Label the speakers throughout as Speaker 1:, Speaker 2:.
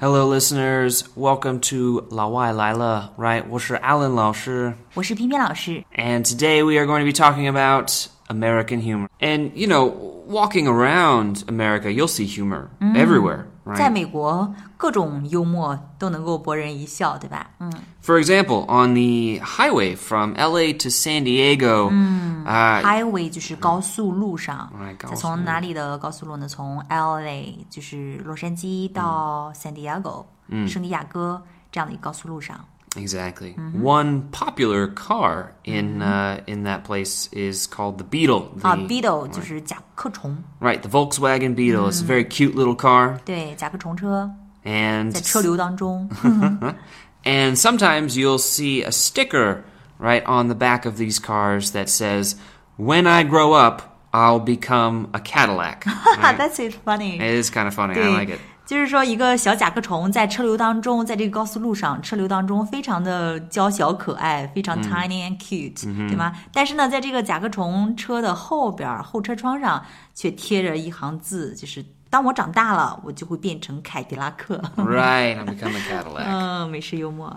Speaker 1: Hello, listeners. Welcome to 老外来了 Right, 我是 Alan 老师，
Speaker 2: 我是偏偏老师。
Speaker 1: and today we are going to be talking about American humor. And you know, walking around America, you'll see humor everywhere,
Speaker 2: 在
Speaker 1: right?
Speaker 2: 美国，各种幽默都能够博人一笑，对吧？嗯，
Speaker 1: For example, on the highway from LA to San Diego, uh,
Speaker 2: highway 就是高速路上，
Speaker 1: 哎高速
Speaker 2: 它从哪里的高速路呢？从 LA 就是洛杉矶到 San Diego，嗯，圣地亚哥这样的一个高速路上。
Speaker 1: Exactly. One popular car in uh, in that place is called the Beetle. The,
Speaker 2: 啊，Beetle 就是甲壳虫，
Speaker 1: right, the Volkswagen Beetle. It's a very cute little car,
Speaker 2: 对，甲壳虫车在
Speaker 1: and
Speaker 2: 车流当中，
Speaker 1: and sometimes you'll see a sticker right on the back of these cars that says, "When I grow up, I'll become a Cadillac."
Speaker 2: 哈哈，That's it funny
Speaker 1: it。is kind of funny. I
Speaker 2: 对
Speaker 1: like it.
Speaker 2: 就是说，一个小甲壳虫在车流当中，在这个高速路上，车流当中非常的娇小可爱，
Speaker 1: 嗯
Speaker 2: 非常 tiny and cute，、对吗？但是呢，在这个甲壳虫车的后边儿后车窗上，却贴着一行字，就是“当我长大了，我就会变成凯迪拉克”
Speaker 1: right, I'll become a Cadillac.
Speaker 2: 嗯，美式幽 默。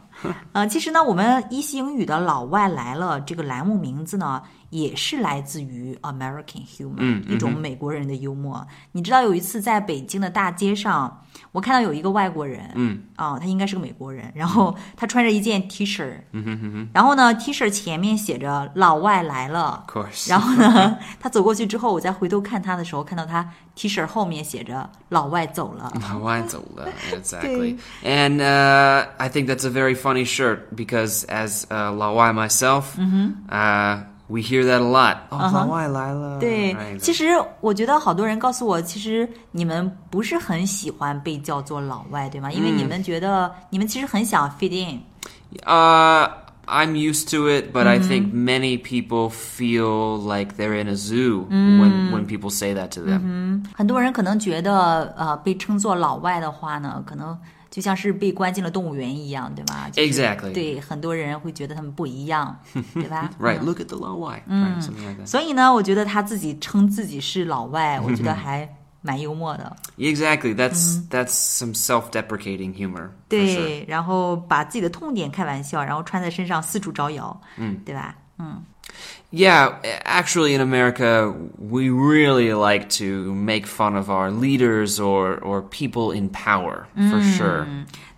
Speaker 2: 呃，其实呢，我们一席英语的老外来了这个栏目名字呢，也是来自于 American humor，、一种美国人的幽默。你知道有一次在北京的大街上，我看到有一个外国人，嗯，啊、他应该是个美国人，然后他穿着一件 T 恤，嗯哼哼哼，然后呢，T 恤前面写着“老外来了
Speaker 1: Of ”，course.
Speaker 2: 然后呢，他走过去之后，我再回头看他的时候，看到他 T 恤后面写着“老外走 了”。
Speaker 1: Hawaiian uh, exactly. And uh, I think that's a very funny shirt because as uh, Lawai myself, uh, we hear that a lot. Oh, Lawai Lila.
Speaker 2: 对，
Speaker 1: Right.
Speaker 2: 其实我觉得好多人告诉我，其实你们不是很喜欢被叫做老外，对吗？因为
Speaker 1: 嗯
Speaker 2: 你们觉得、你们其实很想 fit in，
Speaker 1: Uh, I'm used to it, but I think many people feel like they're in a zoo when, when people say that to them.
Speaker 2: 很多人可能觉得呃被称作老外的话呢，可能就像是被关进了动物园一样，对吧就是
Speaker 1: Exactly.
Speaker 2: 对，很多人会觉得他们不一 样，对吧嗯
Speaker 1: Right, look at the Lawai. Right, something like that.
Speaker 2: 所以呢，我觉得他自己称自己是老外，我觉得还蛮幽默的。
Speaker 1: Exactly. That's that's some self-deprecating humor. for sure.
Speaker 2: 对，然后把自己的痛点开玩笑，然后穿在身上四处招摇，嗯，对吧？
Speaker 1: Yeah, actually, in America, we really like to make fun of our leaders or, or people in power, for sure.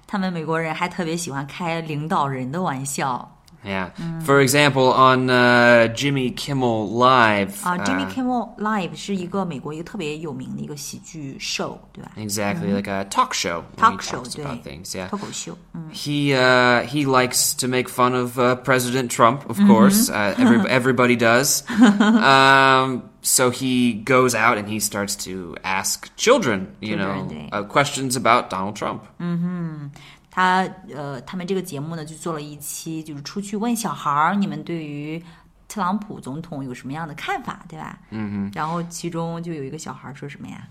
Speaker 2: 他们美国人还特别喜欢开领导人的玩笑
Speaker 1: Yeah. For example, on uh, Jimmy Kimmel Live.
Speaker 2: 啊。Jimmy Oh,
Speaker 1: uh,
Speaker 2: Kimmel Live 是一个美国一个特别有名的一个喜剧 show，对吧
Speaker 1: Exactly, like a talk show. when
Speaker 2: Mm-hmm. ？Talk
Speaker 1: he
Speaker 2: show
Speaker 1: talks
Speaker 2: 对
Speaker 1: about things. Yeah,
Speaker 2: 脱口秀，嗯，
Speaker 1: he uh, he likes to make fun of uh, President Trump,
Speaker 2: Mm-hmm.
Speaker 1: of course. Uh, every, everybody does. um, so he goes out and he starts to ask children, you
Speaker 2: Children,
Speaker 1: know,
Speaker 2: 对。
Speaker 1: uh, questions about Donald Trump.
Speaker 2: 他呃，他们这个节目呢就做了一期，就是出去问小孩儿，你们对于特朗普总统有什么样的看法，对吧？嗯然后其中就有一个小孩儿说什么呀？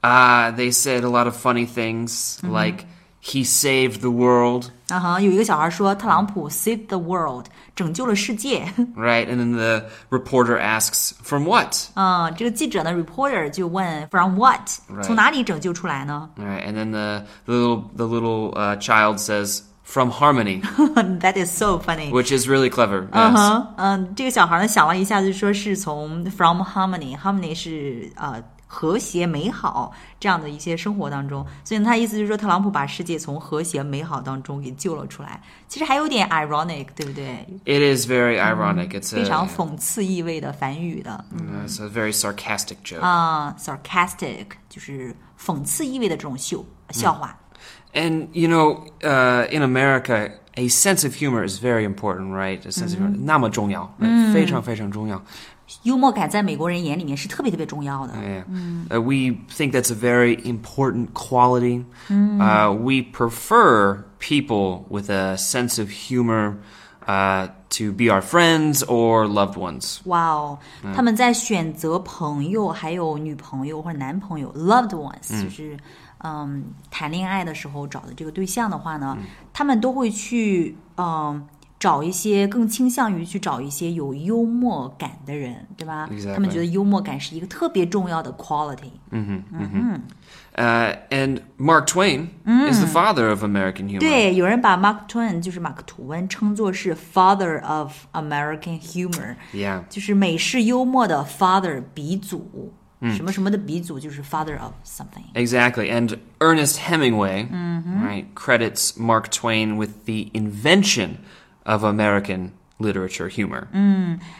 Speaker 1: Uh, they said a lot of funny things
Speaker 2: Mm-hmm.
Speaker 1: like he saved the world,
Speaker 2: 啊哈，有一个小孩儿说特朗
Speaker 1: 嗯
Speaker 2: 普 saved the world，拯救了世界。
Speaker 1: right? And then the reporter asks, "From what?"
Speaker 2: 嗯，这个记者呢，reporter 就问 from what，
Speaker 1: Right.
Speaker 2: 从哪里拯救出来呢？
Speaker 1: All right, and then the, the little the little uh, child says, "From harmony,"
Speaker 2: That is so funny。
Speaker 1: which is really clever.
Speaker 2: 嗯
Speaker 1: yes.
Speaker 2: 哼，嗯，这个小孩呢想了一下，就说是从 from harmony，harmony 是呃和谐美好这样的一些生活当中，所以呢他意思就是说特朗普把世界从和谐美好当中给救了出来，其实还有点 ironic，对不对？
Speaker 1: It is very ironic. It's
Speaker 2: 非
Speaker 1: a,
Speaker 2: 常讽刺意味的反语的
Speaker 1: uh, it's a very sarcastic joke.
Speaker 2: 啊、s a r c a s t i c 就是讽刺意味的这种秀笑话。
Speaker 1: And you know, uh, in America, a sense of humor is very important, right? A sense of humor 那么重要, right? 非常非常重要。
Speaker 2: 幽默感在美国人眼里面是特别特别重要的。
Speaker 1: Yeah. Uh, we think that's a very important quality. Uh, we prefer people with a sense of humor uh, to be our friends or loved ones.
Speaker 2: 哇哦，他们在选择朋友，还有女朋友或者男朋友 （loved ones），、就是嗯，谈恋爱的时候找的这个对象的话呢，他们都会去嗯找一些更倾向于去找一些有幽默感的人，对吧
Speaker 1: Exactly.
Speaker 2: 他们觉得幽默感是一个特别重要的 quality。
Speaker 1: Uh, and Mark Twain is the father of American humor.
Speaker 2: 对，有人把 Mark Twain 就是马克吐温称作是 father of American humor，
Speaker 1: Yeah.
Speaker 2: 就是美式幽默的 father 鼻祖，
Speaker 1: 嗯
Speaker 2: 什么什么的鼻祖就是 father of something。
Speaker 1: Exactly. And Ernest Hemingway right, credits Mark Twain with the invention of American literature humor.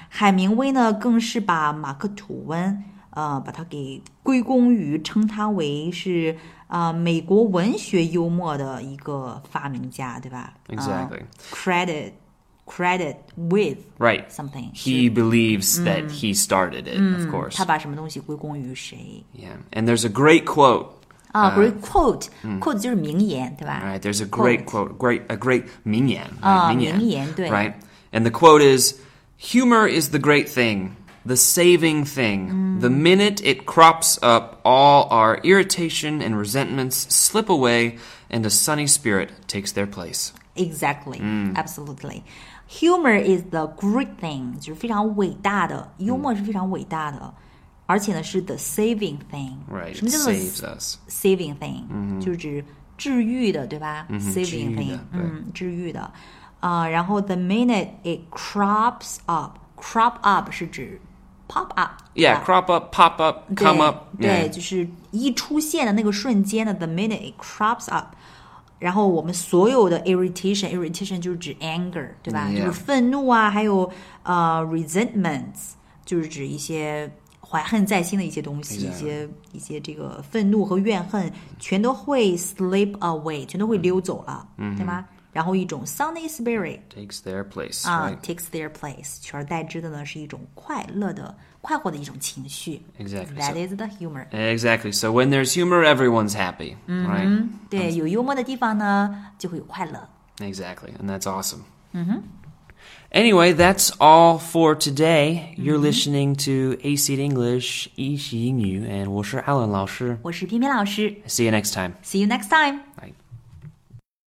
Speaker 2: 海明威呢，更是把马克吐温，呃，把他给归功于称他为是啊、呃美国文学幽默的一个发明家，对吧
Speaker 1: Exactly.
Speaker 2: 呃 credit credit with
Speaker 1: Right.
Speaker 2: something，
Speaker 1: He believes that he started it, of
Speaker 2: 是
Speaker 1: course.
Speaker 2: 他把什么东西归功于谁
Speaker 1: Yeah. And there's a great quote.
Speaker 2: 啊、g r e a t quote，quote、就是名言，对吧
Speaker 1: All right, there's 呃嗯 a great quote, great a great 名言, right,
Speaker 2: Ah,
Speaker 1: 名言,
Speaker 2: 名言，对。
Speaker 1: right? And the quote is, "Humor is the great thing, the saving thing.
Speaker 2: Mm.
Speaker 1: The minute it crops up, all our irritation and resentments slip away, and a sunny spirit takes their place."
Speaker 2: Exactly,
Speaker 1: Mm.
Speaker 2: absolutely. Humor is the great thing，就是非常伟大的，
Speaker 1: Mm.
Speaker 2: 幽默是非常伟大的，而且呢是 the saving thing。
Speaker 1: Right,
Speaker 2: 什么
Speaker 1: it
Speaker 2: 叫做
Speaker 1: saves Mm-hmm. us.
Speaker 2: saving thing？、就是指治愈的，对吧、s a
Speaker 1: Mm-hmm.
Speaker 2: v i n
Speaker 1: 治
Speaker 2: g
Speaker 1: 愈
Speaker 2: thing，
Speaker 1: 的对
Speaker 2: 嗯，治愈的。啊、然后 the minute it crops up，crop up 是指 pop up，对
Speaker 1: Yeah,
Speaker 2: 吧
Speaker 1: crop up, pop up,
Speaker 2: 对
Speaker 1: come up. 嗯
Speaker 2: 对，
Speaker 1: Yeah.
Speaker 2: 就是一出现的那个瞬间呢，the minute it crops up，然后我们所有的 irritation，irritation 就是指 anger，对吧
Speaker 1: Yeah
Speaker 2: 就是愤怒啊，还有呃 resentments，就是指一些怀恨在心的一些东西
Speaker 1: Exactly
Speaker 2: 一些一些这个愤怒和怨恨，全都会 slip away，全都会溜走了
Speaker 1: 嗯
Speaker 2: 对吗？然后一种 sunny spirit。
Speaker 1: takes their place.
Speaker 2: 啊、
Speaker 1: right.
Speaker 2: t a k e s their place，取而代之的呢是一种快乐的、快活的一种情绪。
Speaker 1: Exactly.
Speaker 2: That
Speaker 1: So-
Speaker 2: is Mm-hmm. the humor.
Speaker 1: Exactly. So when there's humor, everyone's happy, right?
Speaker 2: 对，有幽默的地方呢，就会有快乐。
Speaker 1: Exactly, and that's awesome. Anyway, that's all for today. You're listening to AC English, 一席英语, and 我是 Alan 老师.
Speaker 2: 我是偏偏老师
Speaker 1: See you next time.
Speaker 2: ，See you next time.